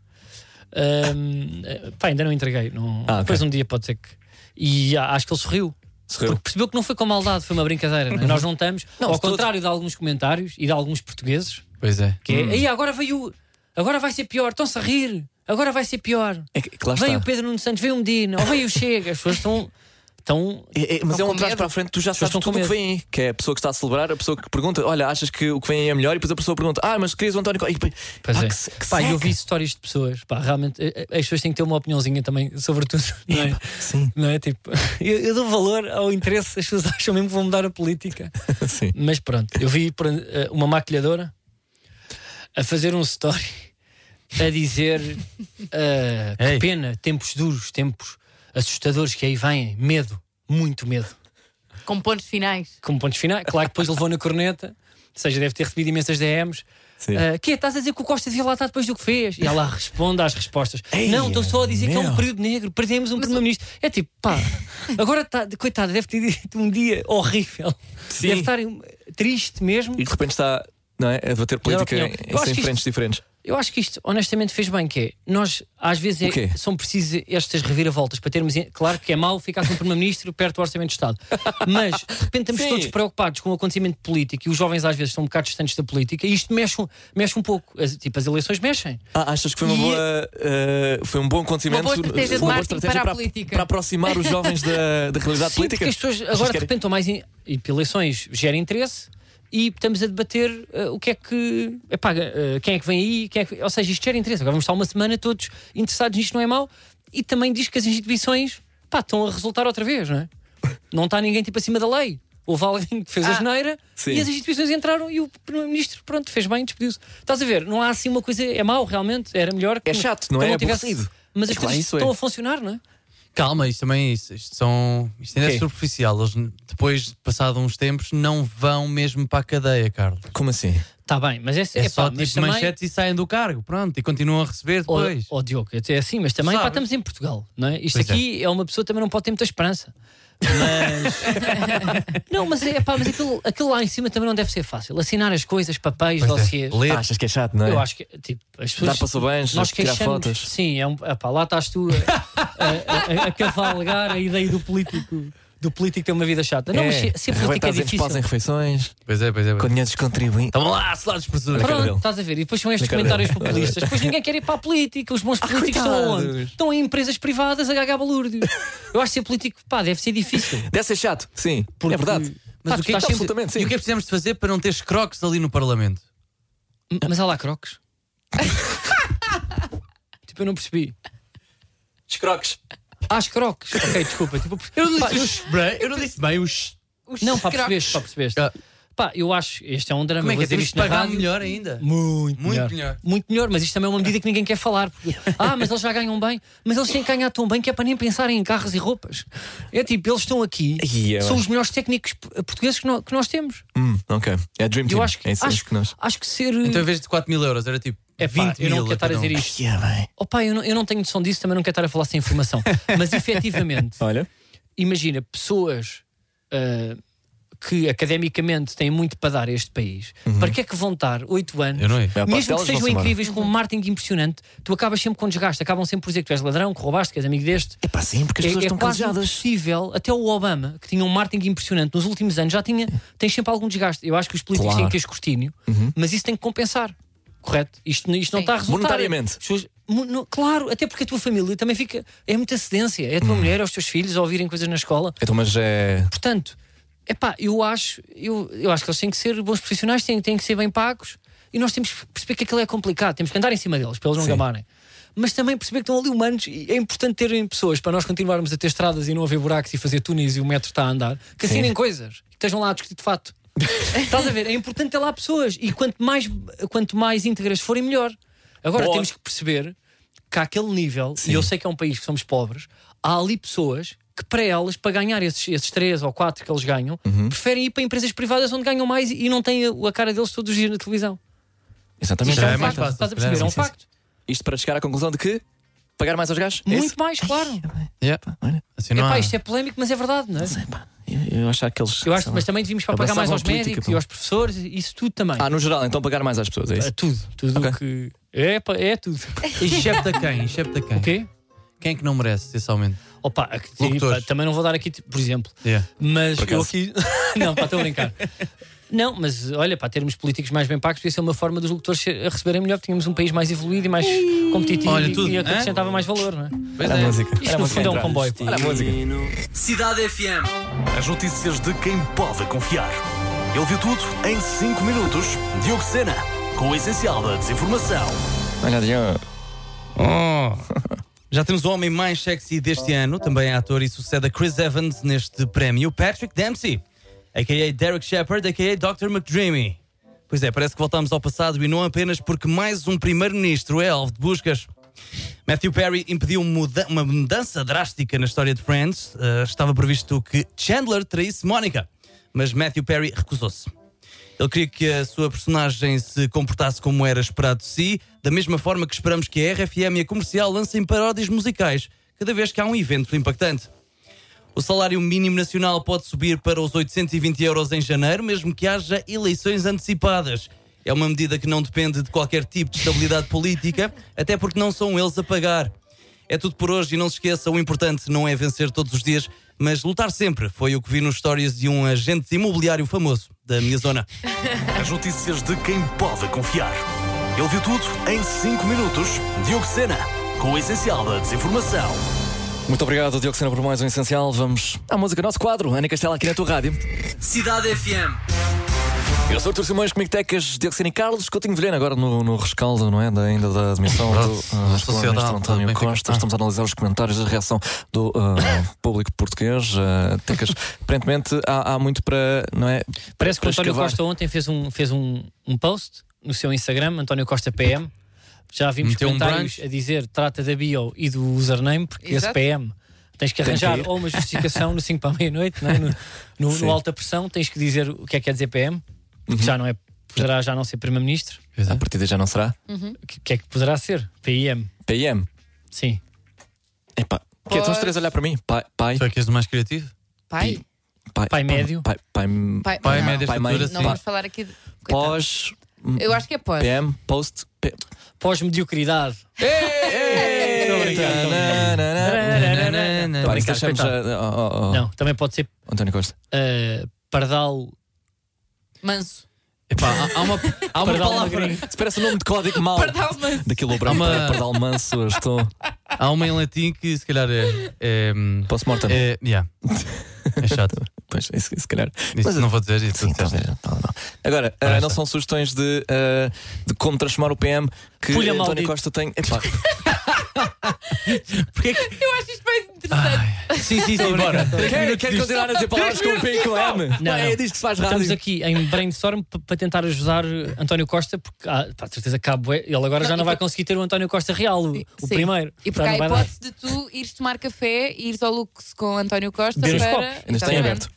Speaker 6: Ahm, eh, pá, ainda não entreguei. Não...
Speaker 4: Ah, ok.
Speaker 6: Depois um dia pode ser que. E ah, acho que ele sorriu.
Speaker 4: Sorriu.
Speaker 6: Porque percebeu que não foi com maldade, foi uma brincadeira. não é? Nós não estamos,
Speaker 4: Uhum. Não,
Speaker 6: ao
Speaker 4: de todo.
Speaker 6: contrário de alguns comentários e de alguns portugueses,
Speaker 5: Pois é.
Speaker 6: Que é,
Speaker 4: Uhum.
Speaker 6: aí agora veio. Agora vai ser pior, estão-se a rir. Agora vai ser pior.
Speaker 4: É que, que lá
Speaker 6: Veio
Speaker 4: está.
Speaker 6: o Pedro Nuno Santos, veio o Medina, ou veio o Chega. As pessoas estão. estão
Speaker 4: É, é, mas é
Speaker 6: com
Speaker 4: um trás
Speaker 6: medo.
Speaker 4: para a frente, tu já sabes
Speaker 6: estão com
Speaker 4: tudo o que
Speaker 6: medo.
Speaker 4: vem aí. Que é a pessoa que está a celebrar, a pessoa que pergunta: Olha, achas que o que vem aí é melhor? E depois a pessoa pergunta: Ah, mas querias o António Costa. E depois,
Speaker 6: Pois
Speaker 4: pá,
Speaker 6: é.
Speaker 4: que se- que
Speaker 6: Pá, eu
Speaker 4: seca.
Speaker 6: vi histórias de pessoas. Pá, realmente, eh, eh, as pessoas têm que ter uma opiniãozinha também sobre tudo. <laughs> Não é?
Speaker 4: Sim, <laughs>
Speaker 6: Não é? Tipo, <laughs> eu, eu dou valor ao interesse, as pessoas <laughs> acham mesmo que vão mudar a política.
Speaker 4: sim.
Speaker 6: Mas pronto, eu vi por- eh, uma maquilhadora a fazer um story a dizer eh, que
Speaker 5: Ei.
Speaker 6: pena, tempos duros, tempos assustadores que aí vêm, medo, muito medo.
Speaker 3: Com pontos finais.
Speaker 6: Como pontos finais, claro que depois levou na corneta, ou seja, deve ter recebido imensas DMs.
Speaker 4: Sim.
Speaker 6: Ah, que estás a dizer que o Costa devia lá estar depois do que fez? E ela responde às respostas:
Speaker 4: Ei,
Speaker 6: Não, estou só a dizer que é
Speaker 4: meu.
Speaker 6: um período negro, perdemos um primeiro-ministro. É tipo, pá, agora está, coitada, deve ter tido um dia horrível.
Speaker 4: Sim.
Speaker 6: Deve estar um, triste mesmo.
Speaker 4: E de repente está não é, a debater política
Speaker 6: opinião.
Speaker 4: em, em
Speaker 6: Eu
Speaker 4: sem
Speaker 6: acho que isto-
Speaker 4: frentes diferentes.
Speaker 6: Eu acho que isto, honestamente, fez bem. Que é, nós, às vezes, é-
Speaker 4: O quê?
Speaker 6: são precisas estas reviravoltas para termos. Claro que é mau ficar com o Primeiro-Ministro perto do Orçamento de Estado, mas de repente
Speaker 4: <laughs>
Speaker 6: estamos
Speaker 4: Sim.
Speaker 6: todos preocupados com o acontecimento político e os jovens, às vezes, estão um bocado distantes da política e isto mexe, um- mexe um pouco. As, tipo, as eleições mexem.
Speaker 4: Ah, achas que foi, uma
Speaker 6: E- é-
Speaker 4: boa, eh, foi um bom acontecimento?
Speaker 3: Uma boa estratégia de
Speaker 4: Foi uma boa
Speaker 3: marketing para a política.
Speaker 4: para aproximar os jovens da, da realidade
Speaker 6: <laughs> Sim,
Speaker 4: política?
Speaker 6: porque as pessoas
Speaker 4: Vocês
Speaker 6: agora, de
Speaker 4: querem-
Speaker 6: repente, estão mais. em- E eleições gerem interesse. E estamos a debater eh, o que é que. Epá, eh, quem é que vem aí? Quem é que- ou seja, isto gera interesse. Agora vamos estar uma semana todos interessados nisto, não é mau? E também diz que as instituições pá, estão a resultar outra vez, não é? Não está ninguém tipo acima da lei. Houve alguém que fez a
Speaker 3: Ah.
Speaker 6: geneira
Speaker 4: Sim.
Speaker 6: e as instituições entraram e o Primeiro-Ministro, pronto, fez bem, despediu-se. Estás a ver? Não há assim uma coisa. É mau, realmente. Era melhor que.
Speaker 4: É chato, não
Speaker 6: que
Speaker 4: é?
Speaker 6: tivesse-
Speaker 4: Aborrecido.
Speaker 6: Mas
Speaker 4: É
Speaker 6: as
Speaker 4: claro,
Speaker 6: coisas
Speaker 4: isso é.
Speaker 6: estão a funcionar, não é?
Speaker 5: Calma, isto também é isso. Isto, são, isto ainda
Speaker 6: Quê?
Speaker 5: é superficial. Eles, depois, passado uns tempos, não vão mesmo para a cadeia, Carlos.
Speaker 4: Como assim?
Speaker 6: Está bem, mas é,
Speaker 5: É
Speaker 6: epá,
Speaker 5: só
Speaker 6: mas
Speaker 5: tipo
Speaker 6: também-
Speaker 5: manchetes e saem do cargo, pronto, e continuam a receber
Speaker 6: Ó
Speaker 5: depois.
Speaker 6: ó, Diogo, é assim, mas também
Speaker 5: Sabes?
Speaker 6: pá, estamos em Portugal, não é? Isto
Speaker 5: Pois é.
Speaker 6: aqui é. uma pessoa que também não pode ter muita esperança. Mas. não, mas é pá, mas aquilo, aquilo lá em cima também não deve ser fácil. Assinar as coisas, papéis,
Speaker 5: Pois é.
Speaker 6: dossiês.
Speaker 5: Ler.
Speaker 4: Ah, achas que é chato, não é?
Speaker 6: Eu acho que, tipo, as pessoas.
Speaker 4: Dar passobens,
Speaker 6: nós
Speaker 4: tirar
Speaker 6: queixamos.
Speaker 4: fotos.
Speaker 6: Sim, é um, epá, lá estás tu a, a, a- a cavalgar a ideia do político. Do político ter uma vida chata. Não,
Speaker 4: É,
Speaker 6: mas se, se a política é
Speaker 4: arrebentar os
Speaker 6: difícil.
Speaker 4: paus em refeições,
Speaker 5: Pois é, pois é.
Speaker 4: com
Speaker 5: Pois é.
Speaker 4: dinheiro dos contribuintes.
Speaker 5: Estão lá, selados por tudo.
Speaker 4: Olha, cara
Speaker 6: Pronto,
Speaker 4: dele.
Speaker 6: estás a ver. E depois são estes
Speaker 4: cara
Speaker 6: comentários
Speaker 4: dele.
Speaker 6: populistas. Depois ninguém quer ir para a política. Os
Speaker 5: Ah,
Speaker 6: bons políticos estão
Speaker 4: coitados.
Speaker 6: onde? Estão em empresas privadas a gagar balúrdio. Eu acho que ser político, pá, deve ser difícil.
Speaker 4: Deve ser chato, sim, é verdade.
Speaker 5: Mas
Speaker 6: Pá,
Speaker 5: o que é
Speaker 6: tu estás
Speaker 5: que precisamos-
Speaker 4: então, absolutamente, sim.
Speaker 5: E o que é que precisamos de fazer para não ter escroques ali no Parlamento?
Speaker 6: sempre- Mas há lá
Speaker 5: <laughs>
Speaker 6: croques. tipo, eu não percebi.
Speaker 4: Escroques.
Speaker 6: Há as croques. Ok, desculpa. Tipo,
Speaker 5: Eu não <laughs> disse, eu não disse bem os.
Speaker 6: não, pá, percebeste, pá, percebeste.
Speaker 5: Ah.
Speaker 6: Pá, eu acho, este é um drama.
Speaker 5: Como é que
Speaker 6: vou
Speaker 5: é?
Speaker 6: dizer
Speaker 5: Temos de
Speaker 6: isto na
Speaker 5: pagar
Speaker 6: rádio.
Speaker 5: melhor ainda.
Speaker 6: Muito,
Speaker 5: Muito
Speaker 6: melhor.
Speaker 5: melhor.
Speaker 6: Muito melhor, mas isto também é uma medida que ninguém quer falar. <laughs> porque, ah, mas eles já ganham bem, mas eles têm que ganhar tão bem que é para nem pensarem em carros e roupas. É tipo, eles estão aqui,
Speaker 4: Ai, eu
Speaker 6: são
Speaker 4: acho-
Speaker 6: os melhores técnicos p- portugueses que nó- que nós, temos.
Speaker 4: Hum, ok. É a Dream
Speaker 6: Eu
Speaker 4: Team.
Speaker 6: acho que,
Speaker 4: é isso é
Speaker 6: acho,
Speaker 4: isso que nós.
Speaker 6: acho que ser.
Speaker 5: Então, em vez de 4 mil euros, era tipo
Speaker 6: é
Speaker 5: 20
Speaker 6: pá, eu não
Speaker 5: mil.
Speaker 6: quero estar a
Speaker 5: cada um.
Speaker 6: dizer isto.
Speaker 4: Yeah, é bem.
Speaker 6: Oh, pá, eu não, eu não tenho noção disso, também não quero estar a falar
Speaker 4: <laughs>
Speaker 6: sem informação. Mas efetivamente,
Speaker 4: Olha,
Speaker 6: imagina pessoas ah, que academicamente têm muito para dar a este país, para que é que vão estar 8 anos,
Speaker 5: Uhum. Eu não ia.
Speaker 4: A parte delas
Speaker 6: mesmo que
Speaker 4: É, vão-se
Speaker 6: sejam
Speaker 4: embora.
Speaker 6: incríveis com um marketing impressionante, tu acabas sempre com desgaste, acabam sempre por dizer que tu és ladrão, que roubaste, que és amigo deste.
Speaker 4: é pá, sim, porque as
Speaker 6: é
Speaker 4: pessoas
Speaker 6: é
Speaker 4: estão
Speaker 6: quase
Speaker 4: calejadas.
Speaker 6: impossível, até o Obama, que tinha um marketing impressionante nos últimos anos, já tinha, tem sempre algum desgaste. Eu acho que os políticos
Speaker 4: Claro. Uhum.
Speaker 6: têm que ter escrutínio, mas isso tem que compensar. Correto? Isto, isto não
Speaker 3: Sim.
Speaker 6: está a resultar.
Speaker 4: Monetariamente.
Speaker 6: As pessoas- mu- não- claro, até porque a tua família também fica. É muita cedência. É a tua
Speaker 4: Uhum.
Speaker 6: mulher, aos teus filhos, a ouvirem coisas na escola.
Speaker 4: Então, mas é.
Speaker 6: Portanto, epá, eu acho, eu, eu acho que eles têm que ser bons profissionais, têm, têm que ser bem pagos e nós temos que perceber que aquilo é complicado, temos que andar em cima deles para eles não
Speaker 4: Sim.
Speaker 6: gamarem. Mas também perceber que estão ali humanos e é importante terem pessoas para nós continuarmos a ter estradas e não haver buracos e fazer túneis e o metro está a andar, que
Speaker 4: Sim.
Speaker 6: assinem coisas que estejam lá a discutir de fato. Estás a ver? É importante ter lá pessoas e quanto mais, quanto mais íntegras forem, melhor. Agora
Speaker 4: Boa.
Speaker 6: temos que perceber que àquele nível, e eu sei que é um país que somos pobres, há ali pessoas que para elas, para ganhar esses, esses 3 ou 4 que eles ganham,
Speaker 5: Uhum.
Speaker 6: preferem ir para empresas privadas onde ganham mais e não têm a, a cara deles todos os dias na televisão.
Speaker 4: Exatamente.
Speaker 5: Já
Speaker 6: um
Speaker 5: é
Speaker 6: facto,
Speaker 5: mais fácil,
Speaker 6: Estás a
Speaker 5: se
Speaker 6: perceber? É um
Speaker 5: calhar, sim,
Speaker 6: facto.
Speaker 4: Isto para chegar à conclusão de que pagar mais aos gajos? É
Speaker 6: Muito
Speaker 4: isso?
Speaker 6: mais, claro.
Speaker 5: Yeah.
Speaker 4: Olha,
Speaker 5: Assim não
Speaker 6: Epá,
Speaker 5: há.
Speaker 6: isto é polémico, mas é verdade, não é?
Speaker 4: epá, eu, eu achar que eles.
Speaker 6: Eu acho,
Speaker 4: sei
Speaker 6: mas
Speaker 4: lá.
Speaker 6: também
Speaker 5: É
Speaker 6: devíamos para pagar mais
Speaker 4: Abraçavam
Speaker 6: aos
Speaker 4: a política,
Speaker 6: médicos
Speaker 4: pô.
Speaker 6: e aos professores, isso tudo também.
Speaker 4: Ah, no geral, então pagar mais às pessoas, é
Speaker 6: É
Speaker 4: isso?
Speaker 6: tudo, tudo o
Speaker 4: Ok.
Speaker 6: que. É, pá, é tudo. O
Speaker 5: Excepto a quem? Excepto a quem?
Speaker 6: quê?
Speaker 5: Quem é que não merece esse aumento?
Speaker 6: Opa, aqui-
Speaker 5: Locutores.
Speaker 4: É
Speaker 6: pá, também não vou dar aqui, <laughs> por exemplo,
Speaker 5: Yeah.
Speaker 6: mas
Speaker 4: Por
Speaker 6: eu
Speaker 4: acaso.
Speaker 6: aqui. não, pá, estou a brincar. Não, mas olha, para termos políticos mais bem pagos, podia ser uma forma dos locutores ser- a receberem melhor, porque tínhamos um país mais evoluído e mais competitivo
Speaker 5: Olha,
Speaker 6: e,
Speaker 5: tudo,
Speaker 6: e acrescentava
Speaker 5: hã?
Speaker 6: mais valor, não é?
Speaker 5: Pois
Speaker 4: Era a
Speaker 5: é.
Speaker 4: música.
Speaker 6: Isto
Speaker 4: Era a
Speaker 6: no
Speaker 4: música
Speaker 6: fundo é um
Speaker 4: entrar.
Speaker 6: comboio.
Speaker 4: Era a música.
Speaker 5: Cidade FM.
Speaker 1: As notícias de quem pode confiar. Ele viu tudo em 5 minutos. Diogo Sena, com o essencial da desinformação.
Speaker 4: Olha, Diogo.
Speaker 5: Oh. Já temos o homem mais sexy deste ano, também é ator e sucede a Chris Evans neste prémio, Patrick Dempsey, a.k.a. Derek Shepard, a.k.a. Dr. McDreamy. Pois é, parece que voltamos ao passado e não apenas porque mais um primeiro-ministro é alvo de buscas. Matthew Perry impediu muda- uma mudança drástica na história de Friends. Eh, estava previsto que Chandler traísse Mónica, mas Matthew Perry recusou-se. Ele queria que a sua personagem se comportasse como era esperado de si, da mesma forma que esperamos que a RFM e a comercial lancem paródias musicais cada vez que há um evento impactante. O salário mínimo nacional pode subir para os 820 euros em janeiro, mesmo que haja eleições antecipadas. É uma medida que não depende de qualquer tipo de estabilidade política, até porque não são eles a pagar. É tudo por hoje e não se esqueça: o importante não é vencer todos os dias, mas lutar sempre. Foi o que vi nos stories de um agente imobiliário famoso da minha zona.
Speaker 1: As notícias de quem pode confiar. Ele viu tudo em 5 minutos. Diogo Sena, com o essencial da desinformação.
Speaker 4: Muito obrigado, Diogo Sena, por mais um essencial. Vamos à música, nosso quadro. Ana Castela aqui na tua rádio.
Speaker 5: Cidade FM.
Speaker 4: Eu sou o Artur Simões, comigo tecas, Diogo Sena e Carlos Coutinho Vilhena, agora no, no rescaldo, não é? Da, ainda da admissão
Speaker 5: Verdade.
Speaker 4: do
Speaker 5: Da
Speaker 4: ah, escolar
Speaker 5: sociedade,
Speaker 4: Ministro António
Speaker 5: bem fica-
Speaker 4: Costa.
Speaker 5: Ah.
Speaker 4: Estamos a analisar os comentários, a reação do ah,
Speaker 6: <laughs>
Speaker 4: público português. Ah, tecas, aparentemente há, há muito para, não é?
Speaker 6: Parece que o
Speaker 4: para
Speaker 6: António
Speaker 4: escavar.
Speaker 6: Costa ontem fez um, fez um, um post no seu Instagram, António Costa PM. Já vimos
Speaker 5: Meteu um
Speaker 6: comentários a dizer trata da bio e do username, porque esse
Speaker 3: Exato.
Speaker 6: PM tens que
Speaker 4: que
Speaker 6: arranjar
Speaker 4: ir.
Speaker 6: ou uma justificação no 5 para a meia-noite, não é? no, no- no
Speaker 4: Sim. Uhum.
Speaker 6: alta pressão, tens que dizer o que é que quer dizer PM, porque já não é, poderá já não ser Primeiro-Ministro.
Speaker 4: A partida já não será?
Speaker 6: O que, que é que poderá ser? PIM,
Speaker 4: PM.
Speaker 6: sim.
Speaker 4: Epá. Que é, estão os três a olhar para mim? Pai, pai,
Speaker 5: Será é que és do mais criativo?
Speaker 3: Pai?
Speaker 4: pai,
Speaker 6: Pai médio.
Speaker 4: Pai, pai,
Speaker 3: Pai,
Speaker 5: Pai,
Speaker 3: não,
Speaker 5: média,
Speaker 4: pai,
Speaker 5: estatura,
Speaker 4: mãe,
Speaker 5: sim.
Speaker 6: assim.
Speaker 3: não vamos falar aqui de. coitado.
Speaker 4: pós,
Speaker 3: Eu acho que é pós.
Speaker 4: PM, post. P...
Speaker 6: Pós-mediocridade. Não, obrigado.
Speaker 4: Tá, Na, na, na. Pá, isso
Speaker 6: Obrigado,
Speaker 4: deixamos
Speaker 6: coitado.
Speaker 4: já- oh, oh, oh.
Speaker 6: Não, também pode ser
Speaker 4: António Costa.
Speaker 6: uh, pardal.
Speaker 3: Manso.
Speaker 5: Epá, há- há
Speaker 6: <laughs>
Speaker 5: uma, há uma
Speaker 6: Pardal
Speaker 5: palavra.
Speaker 6: magrinho.
Speaker 4: Isso parece o nome de código mau.
Speaker 3: Pardal manso.
Speaker 4: Daquilo branco,
Speaker 5: Há uma-
Speaker 4: pardal manso, estou.
Speaker 5: Há uma em latim que se calhar é. É.
Speaker 4: Posso mortem.
Speaker 5: é, yeah. é chato.
Speaker 6: <laughs>
Speaker 4: Pois, isso, se calhar.
Speaker 5: Isso
Speaker 4: Mas-
Speaker 5: não vou dizer isso. é
Speaker 4: Sim,
Speaker 6: tá
Speaker 4: talvez. não, não. Agora, ah, não são sugestões de, ah, de como transformar o PM que
Speaker 6: Pulha
Speaker 4: António
Speaker 6: maldito.
Speaker 4: Costa tem. <laughs> Epá,
Speaker 3: Eu acho isto bem interessante.
Speaker 5: sim, sim, sim, bora.
Speaker 4: quer, quer continuar a dizer palavras com o P e com o M?
Speaker 6: Não,
Speaker 4: Pá, É
Speaker 6: não.
Speaker 4: disto que se faz
Speaker 6: Estamos
Speaker 4: rádio.
Speaker 6: aqui em brainstorm p- para tentar ajudar eh, António Costa, porque há, pá, de certeza que há bué- ele agora
Speaker 3: Não,
Speaker 6: já
Speaker 3: e
Speaker 6: não vai
Speaker 3: porque-
Speaker 6: conseguir ter o António Costa real, o, o
Speaker 3: Sim.
Speaker 6: primeiro.
Speaker 3: E
Speaker 6: Já
Speaker 3: porque há a
Speaker 6: não vai dar.
Speaker 3: hipótese de tu ires tomar café e ires ao Lux com António Costa
Speaker 6: Ver os
Speaker 3: para.
Speaker 6: copos.
Speaker 4: Ainda está em
Speaker 3: Exatamente.
Speaker 4: aberto.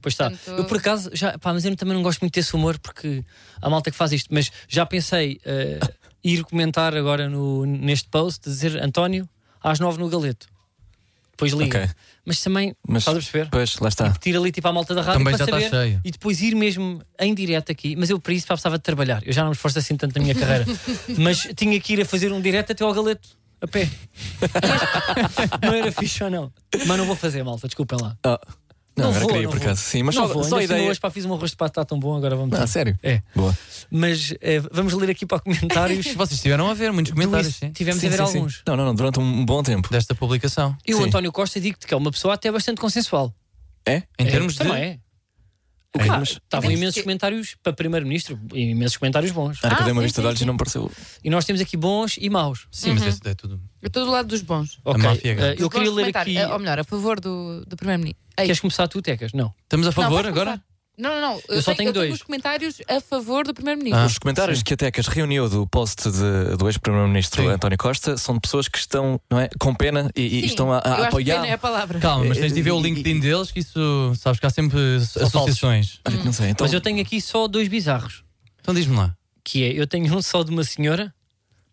Speaker 6: Pois está.
Speaker 3: Portanto-
Speaker 6: Eu por acaso, já, pá, mas eu também não gosto muito desse humor porque há malta que faz isto, mas já pensei eh, ir comentar agora no, neste post, dizer António, às nove no galeto. Depois liga.
Speaker 4: Ok.
Speaker 6: Mas também,
Speaker 4: Mas,
Speaker 6: estás a perceber?
Speaker 4: Pois, lá está.
Speaker 6: Tira ali tipo à malta da rádio
Speaker 5: Também
Speaker 6: para
Speaker 5: já
Speaker 6: saber
Speaker 5: está cheio.
Speaker 6: e depois ir mesmo em direto aqui. Mas eu para isso pá, precisava de trabalhar. Eu já não me esforço assim tanto na minha carreira.
Speaker 5: <laughs>
Speaker 6: Mas tinha que ir a fazer um direto até ao galeto, a
Speaker 5: <laughs>
Speaker 6: pé. não era fixe ou não? Mas não vou fazer, malta, desculpem lá.
Speaker 4: Ah, não,
Speaker 6: Não
Speaker 4: agora
Speaker 6: vou,
Speaker 4: queria ir
Speaker 6: não
Speaker 4: por
Speaker 6: vou.
Speaker 4: acaso. Sim, mas
Speaker 6: não
Speaker 4: só,
Speaker 6: vou,
Speaker 4: só a
Speaker 6: ainda
Speaker 4: ideia.
Speaker 6: hoje pá, fiz um rosto de pato tão bom, agora vamos.
Speaker 4: Não, a sério.
Speaker 6: É.
Speaker 4: Boa.
Speaker 6: Mas eh, vamos ler aqui para comentários.
Speaker 5: Vocês estiveram a ver muitos <laughs> comentários sim,
Speaker 6: Tivemos
Speaker 4: Sim,
Speaker 6: a ver
Speaker 4: sim, sim.
Speaker 6: alguns.
Speaker 4: Não, não, não, durante um bom tempo.
Speaker 5: desta publicação.
Speaker 6: E o
Speaker 4: Sim.
Speaker 6: António Costa digo-te que é uma pessoa até bastante consensual.
Speaker 4: É?
Speaker 5: Em
Speaker 6: É,
Speaker 5: termos de.
Speaker 6: Também é.
Speaker 4: O
Speaker 6: Pá,
Speaker 4: mas é-
Speaker 6: Estavam imensos comentários para Primeiro-Ministro, imensos comentários bons.
Speaker 4: Ana, que dei uma
Speaker 3: sim,
Speaker 4: vista
Speaker 3: sim,
Speaker 4: de olhos e
Speaker 3: sim.
Speaker 4: não me pareceu.
Speaker 6: E nós temos aqui bons e maus.
Speaker 5: Sim, mas isso é tudo.
Speaker 3: Eu estou do lado dos bons.
Speaker 6: Ok,
Speaker 5: máfia é grande.
Speaker 6: eh,
Speaker 3: Dos
Speaker 6: eu queria
Speaker 3: bons
Speaker 6: ler
Speaker 3: comentários.
Speaker 6: aqui.
Speaker 3: Eh, Ou melhor, a favor do, do Primeiro-Ministro. Ei,
Speaker 6: Queres começar tu, Tecas? Não.
Speaker 5: Estamos a
Speaker 3: não,
Speaker 5: favor
Speaker 3: podes
Speaker 5: agora?
Speaker 3: começar. Não, não, não. Eu,
Speaker 6: Eu só tenho
Speaker 3: eu
Speaker 6: dois.
Speaker 3: os comentários a favor do Primeiro-Ministro.
Speaker 5: Ah.
Speaker 4: Os comentários que a Tecas reuniu do post de- do ex-primeiro-ministro
Speaker 5: Sim.
Speaker 4: António Costa são de pessoas que estão não é, com pena e, e
Speaker 3: Sim,
Speaker 4: estão a, a
Speaker 3: eu acho que
Speaker 4: apoiar.
Speaker 3: pena é a palavra.
Speaker 5: Calma, mas tens de ver o LinkedIn deles, que isso. Sabes que há sempre associações.
Speaker 4: Olha, que <laughs> não sei, então,
Speaker 6: Mas eu tenho aqui só dois bizarros.
Speaker 5: Então diz-me lá.
Speaker 6: Que é, eu tenho um só de uma senhora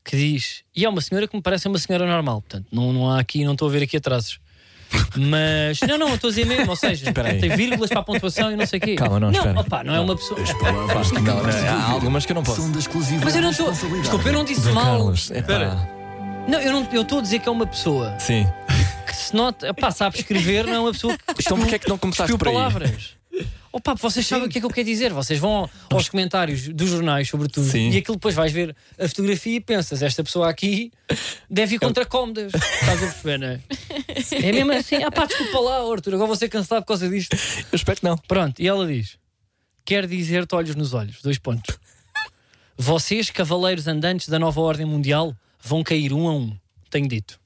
Speaker 6: que diz. E é uma senhora que me parece uma senhora normal. Portanto, não, não há aqui, não estou a ver aqui atrasos. Mas. Não, não, eu estou a dizer mesmo. Ou seja,
Speaker 4: Espera aí.
Speaker 6: tem vírgulas para a pontuação e não sei o quê.
Speaker 4: Calma, não, espera.
Speaker 6: Não, opa, não é uma pessoa.
Speaker 1: Palavras de
Speaker 4: não, não, há algumas que eu não posso.
Speaker 1: da exclusiva
Speaker 6: Mas eu não estou. Desculpa, eu não disse
Speaker 4: Do
Speaker 6: mal.
Speaker 4: Carlos, é epá,
Speaker 6: Não, eu não eu estou a dizer que é uma pessoa
Speaker 4: Sim.
Speaker 6: que se nota. Pá, sabe escrever, não é uma pessoa que
Speaker 4: Então porquê é que não começaste <laughs>
Speaker 6: cuspiu
Speaker 4: por aí?
Speaker 6: palavras. Oh pá, vocês sabem o que é que eu quero dizer. Vocês vão aos comentários dos jornais, sobretudo,
Speaker 4: Então, Sim.
Speaker 6: e aquilo depois vais ver a fotografia e pensas: esta pessoa aqui deve ir contra cómodas. Estás a perceber, não é? É mesmo assim. Ah pá, desculpa lá, Arthur, agora vou ser cancelado por causa disto.
Speaker 4: Eu espero que não.
Speaker 6: Pronto, e ela diz: Quer dizer-te olhos nos olhos, dois pontos. Vocês, cavaleiros andantes da nova ordem mundial, vão cair um a um. Tenho dito.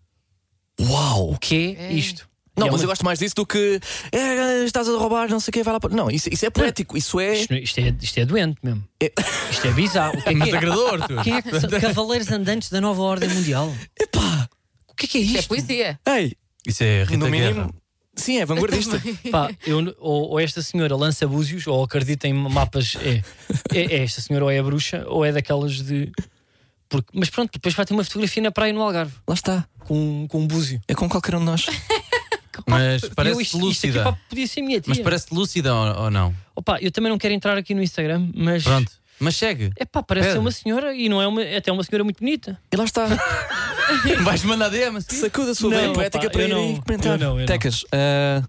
Speaker 4: Uau!
Speaker 6: O que é isto?
Speaker 4: Não,
Speaker 6: E é
Speaker 4: mas eu
Speaker 6: uma-
Speaker 4: gosto mais disso do que "É, estás a roubar, não sei o que, vai lá. para-" Não, isso, isso é poético, isso é.
Speaker 6: Isto, isto é, isto é doente mesmo. Isto é bizarro. O que é
Speaker 5: Mas
Speaker 6: que é?
Speaker 5: agradou,
Speaker 6: <laughs>
Speaker 5: Arthur.
Speaker 6: Quem é que são cavaleiros andantes da nova ordem mundial?
Speaker 4: Epá!
Speaker 6: O que é que é
Speaker 3: Isto é
Speaker 6: isto?
Speaker 3: poesia.
Speaker 4: Ei!
Speaker 5: Isso é Rita
Speaker 4: No
Speaker 5: Guerra.
Speaker 4: mínimo. Sim, é vanguardista.
Speaker 6: Pá, eu- ou, ou esta senhora lança búzios, ou acredita em mapas. É, é, é esta senhora ou é bruxa, ou é daquelas de. porque- mas pronto, depois vai ter uma fotografia na praia no Algarve,
Speaker 4: Lá está.
Speaker 6: com, com um búzio.
Speaker 4: É com qualquer um de nós.
Speaker 5: Mas
Speaker 6: E eu, isto-
Speaker 5: parece
Speaker 6: isto aqui, é
Speaker 5: lúcida.
Speaker 6: pá, podia ser minha tia.
Speaker 5: Mas parece lúcida ou, ou não?
Speaker 6: Opa, eu também não quero entrar aqui no Instagram, mas.
Speaker 5: Pronto. Mas
Speaker 4: <laughs>
Speaker 5: segue.
Speaker 6: É pá, parece ser
Speaker 5: Pedro.
Speaker 6: uma senhora e não é uma. É até uma senhora muito bonita.
Speaker 4: E lá está.
Speaker 5: Vais mandar DM assim?
Speaker 4: Sacuda a sua
Speaker 6: Não,
Speaker 4: veia poética
Speaker 6: pá,
Speaker 4: para
Speaker 6: eu
Speaker 4: ir
Speaker 6: não,
Speaker 4: aí comentar.
Speaker 6: eu não, eu não.
Speaker 4: Tecas, ah,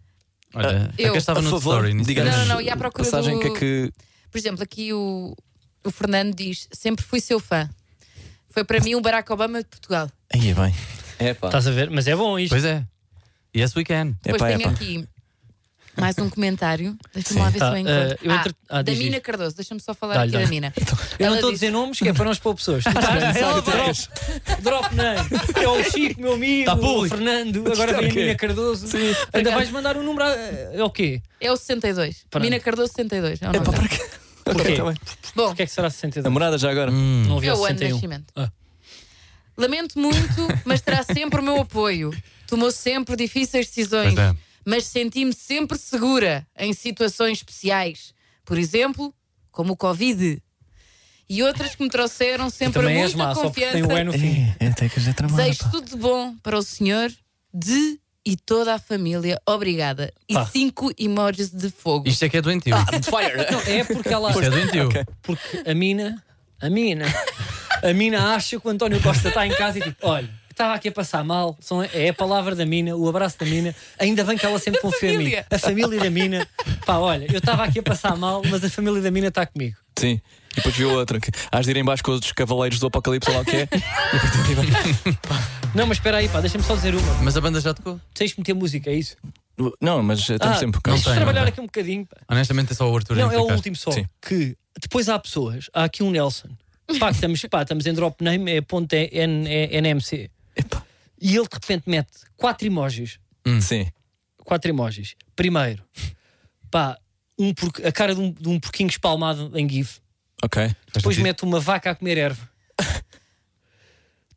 Speaker 5: Olha, é
Speaker 3: Eu-
Speaker 5: eu estava
Speaker 4: a
Speaker 5: no
Speaker 4: favor,
Speaker 5: story. no
Speaker 4: digamos,
Speaker 5: Instagram.
Speaker 3: Não, não, e à procura
Speaker 4: passagem
Speaker 3: do-
Speaker 4: que é que.
Speaker 3: Por exemplo, aqui o, o Fernando diz: Sempre fui seu fã. Foi para mim o Barack Obama de Portugal.
Speaker 4: Aí é bem. É pá.
Speaker 6: Estás a ver? Mas é bom isto.
Speaker 5: Pois é. Yes, we can.
Speaker 3: Depois
Speaker 4: Epá,
Speaker 3: tenho
Speaker 4: epá.
Speaker 3: aqui mais um comentário. Deixa-me lá ver
Speaker 6: Tá,
Speaker 3: se eu encontro.
Speaker 6: eh, eu entre-
Speaker 3: Ah,
Speaker 6: ah,
Speaker 3: da
Speaker 6: diz
Speaker 3: Mina
Speaker 6: isto.
Speaker 3: Cardoso, deixa-me só falar
Speaker 6: Dá-lhe,
Speaker 3: aqui da
Speaker 6: dá-lhe.
Speaker 3: Mina.
Speaker 6: Eu não
Speaker 3: Ela
Speaker 6: estou a
Speaker 3: diz-
Speaker 6: dizer nomes, que é para não expor pessoas. Ela drop, drop name. É o Chico, meu amigo,
Speaker 5: Tá é público.
Speaker 6: o Fernando, agora vem a
Speaker 4: ok.
Speaker 6: Mina Cardoso. Ainda vais mandar um número. a- É o quê?
Speaker 3: É o 62.
Speaker 6: Pronto.
Speaker 3: Mina Cardoso 62. É o nome
Speaker 4: Pá,
Speaker 3: dela.
Speaker 4: para quê?
Speaker 6: Porquê?
Speaker 4: Ok, tá bem. Hum,
Speaker 3: Bom,
Speaker 6: Porquê é que será 62?
Speaker 4: Namorada já agora.
Speaker 6: Não
Speaker 3: é
Speaker 6: havia
Speaker 3: o ano de
Speaker 6: 61.
Speaker 3: nascimento.
Speaker 6: Ah.
Speaker 3: Lamento muito, mas terá sempre o meu apoio. Tomou sempre difíceis decisões,
Speaker 5: Pois é.
Speaker 3: mas senti-me sempre segura em situações especiais. Por exemplo, como o Covid. E outras que me trouxeram sempre
Speaker 6: Também és
Speaker 3: muita
Speaker 6: má, só porque
Speaker 3: confiança.
Speaker 6: tem um o E no fim.
Speaker 4: É, é Tecas, é tramada.
Speaker 3: Desejo
Speaker 4: pá.
Speaker 3: tudo de bom para o senhor, de e toda a família. Obrigada. E
Speaker 6: Pá.
Speaker 3: cinco emojis de fogo.
Speaker 5: Isto é que é doentio.
Speaker 4: Ah,
Speaker 6: Não, é porque ela.
Speaker 5: Isto é doentio.
Speaker 6: Porque a mina, a mina, a mina acha que o António Costa está em casa e tipo, olha, estava aqui a passar mal, são- é a palavra da mina, o abraço da mina, ainda bem que ela sempre confia em mim.
Speaker 3: família.
Speaker 6: A família da mina, pá, olha, eu estava aqui a passar mal, mas a família da mina está comigo.
Speaker 4: Sim. E depois viu outra. que Hás de ir em baixo com os cavaleiros do Apocalipse, ou lá o que é. E depois tem de ir bem.
Speaker 6: Não, mas espera aí, pá, deixa-me só dizer uma.
Speaker 5: Mas a banda já tocou?
Speaker 6: Tens de meter música, é isso?
Speaker 4: <laughs> Não, mas eh, temos
Speaker 6: Ah,
Speaker 4: tempo.
Speaker 5: não
Speaker 6: Deixa-me
Speaker 5: tem,
Speaker 6: trabalhar
Speaker 5: tem.
Speaker 6: aqui um bocadinho, pá.
Speaker 5: Honestamente, é só o Arthur.
Speaker 6: Não,
Speaker 5: em
Speaker 6: é o
Speaker 5: ficar.
Speaker 6: último só.
Speaker 4: Sim.
Speaker 6: Que depois há pessoas, há aqui um Nelson. Pá, que estamos, pá, estamos em drop name, é ponto é, N- é NMC. E ele de repente mete quatro emojis.
Speaker 4: Sim.
Speaker 6: Quatro emojis. Primeiro, pá, um porco- a cara de um, de um porquinho espalmado em GIF.
Speaker 4: Ok.
Speaker 6: Depois
Speaker 5: sentido.
Speaker 6: mete uma vaca a comer erva. <laughs>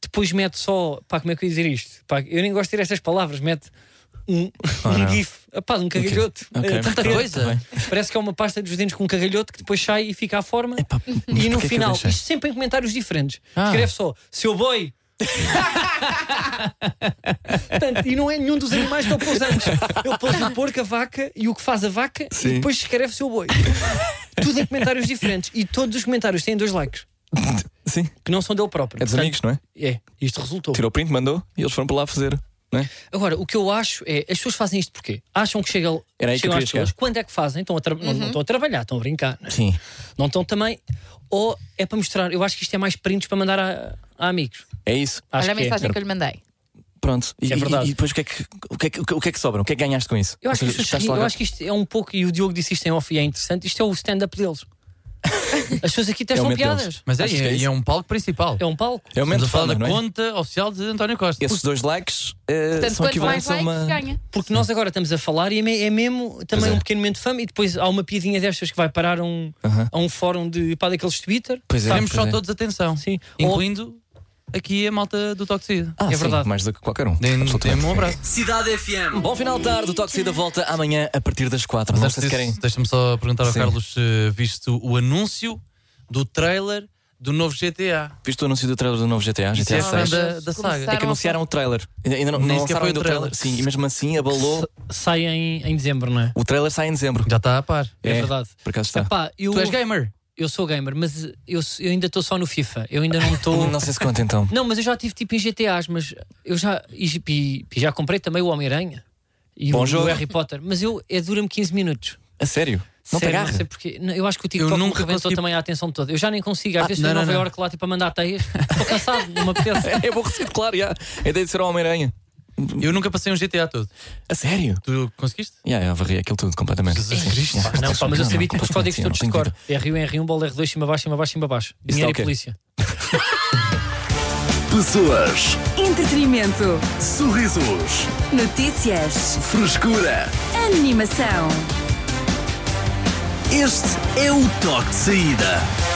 Speaker 6: Depois mete só. Pá, como é que eu ia dizer isto? Pá, eu nem gosto de ter estas palavras. Mete um, um
Speaker 4: não.
Speaker 6: GIF. Ah, pá, de um cagalhoto.
Speaker 4: Ok.
Speaker 6: Eh,
Speaker 4: Tanta
Speaker 6: preto.
Speaker 4: coisa. Tá
Speaker 6: Parece que é uma pasta dos dentes com um cagalhoto que depois sai e fica à forma.
Speaker 4: mas
Speaker 6: e
Speaker 4: porquê
Speaker 6: no
Speaker 4: que eu
Speaker 6: final,
Speaker 4: deixei?
Speaker 6: isto sempre em comentários diferentes.
Speaker 5: Ah.
Speaker 6: Escreve só, seu boi. Portanto, e não é nenhum dos animais que ele pôs antes. Ele pôs o porco, a vaca e o que faz a vaca
Speaker 4: Sim.
Speaker 6: e depois escreve seu boi. Tudo em comentários diferentes. E todos os comentários têm dois likes
Speaker 4: Sim.
Speaker 6: que não são dele próprio.
Speaker 4: É dos
Speaker 6: Portanto,
Speaker 4: amigos, não é?
Speaker 6: É, isto resultou.
Speaker 4: Tirou o print, mandou e eles foram para lá fazer. Não é?
Speaker 6: Agora, o que eu acho é as pessoas fazem isto porquê? Acham que chega,
Speaker 4: Era aí que eu
Speaker 6: chegam às
Speaker 4: queria chegar.
Speaker 6: pessoas. Quando é que fazem? Estão a tra-
Speaker 3: Uhum.
Speaker 6: não, não estão a trabalhar, estão a brincar. não é?
Speaker 4: Sim.
Speaker 6: Não estão também. Ou é para mostrar. Eu acho que isto é mais prints para mandar a, a amigos.
Speaker 4: É isso.
Speaker 6: Acho
Speaker 3: Olha a
Speaker 6: que é.
Speaker 3: mensagem que eu lhe mandei.
Speaker 4: Pronto. E,
Speaker 6: É verdade.
Speaker 4: e- e depois o que, é que, o, que é que, o que- o que é que sobra? O que é que ganhaste com isso?
Speaker 6: Eu acho,
Speaker 4: Ou
Speaker 6: que
Speaker 4: seja,
Speaker 6: isto,
Speaker 4: estás
Speaker 6: eu
Speaker 4: logo-
Speaker 6: acho que isto é um pouco, e o Diogo disse isto em off e é interessante, isto é o stand-up
Speaker 4: <laughs>
Speaker 6: deles. As pessoas
Speaker 4: É
Speaker 6: aqui
Speaker 4: o
Speaker 6: testam
Speaker 4: momento
Speaker 6: piadas.
Speaker 4: deles.
Speaker 5: Mas é,
Speaker 4: Acho que é
Speaker 5: é,
Speaker 4: isso.
Speaker 5: é um palco principal.
Speaker 6: É um palco.
Speaker 4: É o momento
Speaker 5: Estamos a
Speaker 4: de
Speaker 5: falar
Speaker 4: fama,
Speaker 5: da
Speaker 4: não é?
Speaker 5: conta oficial de António Costa.
Speaker 4: Esses dois likes eh,
Speaker 3: Portanto,
Speaker 4: são
Speaker 3: quanto mais
Speaker 4: equivalentes a
Speaker 3: likes,
Speaker 4: uma.
Speaker 3: ganha.
Speaker 6: Porque nós agora estamos a falar e é me- é mesmo também
Speaker 4: Pois é.
Speaker 6: um pequeno momento de fama e depois há uma piadinha destas que vai parar a um,
Speaker 4: Aham.
Speaker 6: a um fórum de pá, daqueles Twitter.
Speaker 4: Pois é.
Speaker 5: Temos
Speaker 4: pois
Speaker 5: só
Speaker 4: é.
Speaker 5: todos atenção.
Speaker 6: Sim.
Speaker 5: Incluindo aqui a malta do Toxido.
Speaker 4: Ah,
Speaker 6: É
Speaker 4: sim,
Speaker 6: verdade.
Speaker 4: mais do que qualquer um.
Speaker 5: Deem-me
Speaker 4: Absolutamente.
Speaker 5: deem-me um abraço.
Speaker 1: Cidade FM.
Speaker 4: Bom final de tarde, o Toxida volta amanhã a partir das 4. Não
Speaker 5: Mas
Speaker 4: sei se
Speaker 5: antes
Speaker 4: querem.
Speaker 5: disso, Deixa-me só perguntar ao
Speaker 4: Sim.
Speaker 5: Carlos se viste o anúncio do trailer do novo GTA.
Speaker 4: Viste o anúncio do trailer do novo GTA?
Speaker 5: Isso
Speaker 4: GTA
Speaker 5: é
Speaker 4: 6.
Speaker 5: fã da, da saga.
Speaker 4: É que anunciaram o trailer. Ainda- Ainda não,
Speaker 5: Nem
Speaker 4: não
Speaker 5: sequer
Speaker 4: lançaram
Speaker 5: foi o
Speaker 4: ainda o trailer.
Speaker 5: trailer.
Speaker 4: Sim, e mesmo assim abalou.
Speaker 6: Sai em, em dezembro, não é?
Speaker 4: O trailer sai em dezembro.
Speaker 5: Já está a par.
Speaker 6: É, verdade.
Speaker 4: Por acaso está.
Speaker 6: Epá, eu,
Speaker 5: Tu és gamer.
Speaker 6: eu sou gamer, mas eu, eu ainda estou só no FIFA. Eu ainda
Speaker 4: <laughs>
Speaker 6: não estou.
Speaker 4: Não sei se conta então.
Speaker 6: Não, mas eu já tive tipo em GTAs, mas eu já, e, e- e já comprei também o Homem-Aranha e
Speaker 4: Bom
Speaker 6: o,
Speaker 4: jogo.
Speaker 6: o Harry Potter, mas eu é dura-me 15 minutos.
Speaker 4: A sério? Não te
Speaker 6: Sério,
Speaker 4: agarra.
Speaker 6: Não sei porque, não, eu acho que o TikTok
Speaker 5: Eu
Speaker 6: nunca
Speaker 5: nunca
Speaker 6: me arrebentou
Speaker 5: consegui-
Speaker 6: também a atenção toda. Eu já nem consigo, às
Speaker 4: Ah,
Speaker 6: vezes
Speaker 4: não,
Speaker 6: estou em
Speaker 4: não,
Speaker 6: Nova
Speaker 4: não.
Speaker 6: Iorque lá tipo a mandar teias. Estou cansado, não me
Speaker 4: <laughs>
Speaker 6: apetece.
Speaker 4: <laughs> É aborrecido, claro, já. A ideia de ser um Homem-Aranha.
Speaker 5: Eu nunca passei um GTA todo.
Speaker 4: A sério?
Speaker 5: Tu conseguiste?
Speaker 4: Yeah, eu varri aquilo tudo completamente.
Speaker 5: Jesus Cristo.
Speaker 4: Yeah,
Speaker 6: Não, pá, mas eu sabia tipo os
Speaker 4: completamente,
Speaker 6: códigos
Speaker 4: eu não
Speaker 6: todos de é
Speaker 4: tenho
Speaker 6: cor.
Speaker 4: vida.
Speaker 6: R1, R1, bola R2, cima abaixo, cima abaixo, cima abaixo. Dinheiro
Speaker 4: dá o quê?
Speaker 6: e polícia.
Speaker 1: Pessoas,
Speaker 2: Entretenimento.
Speaker 1: sorrisos,
Speaker 2: Notícias.
Speaker 1: frescura.
Speaker 2: Animação.
Speaker 1: Este é o toque de saída.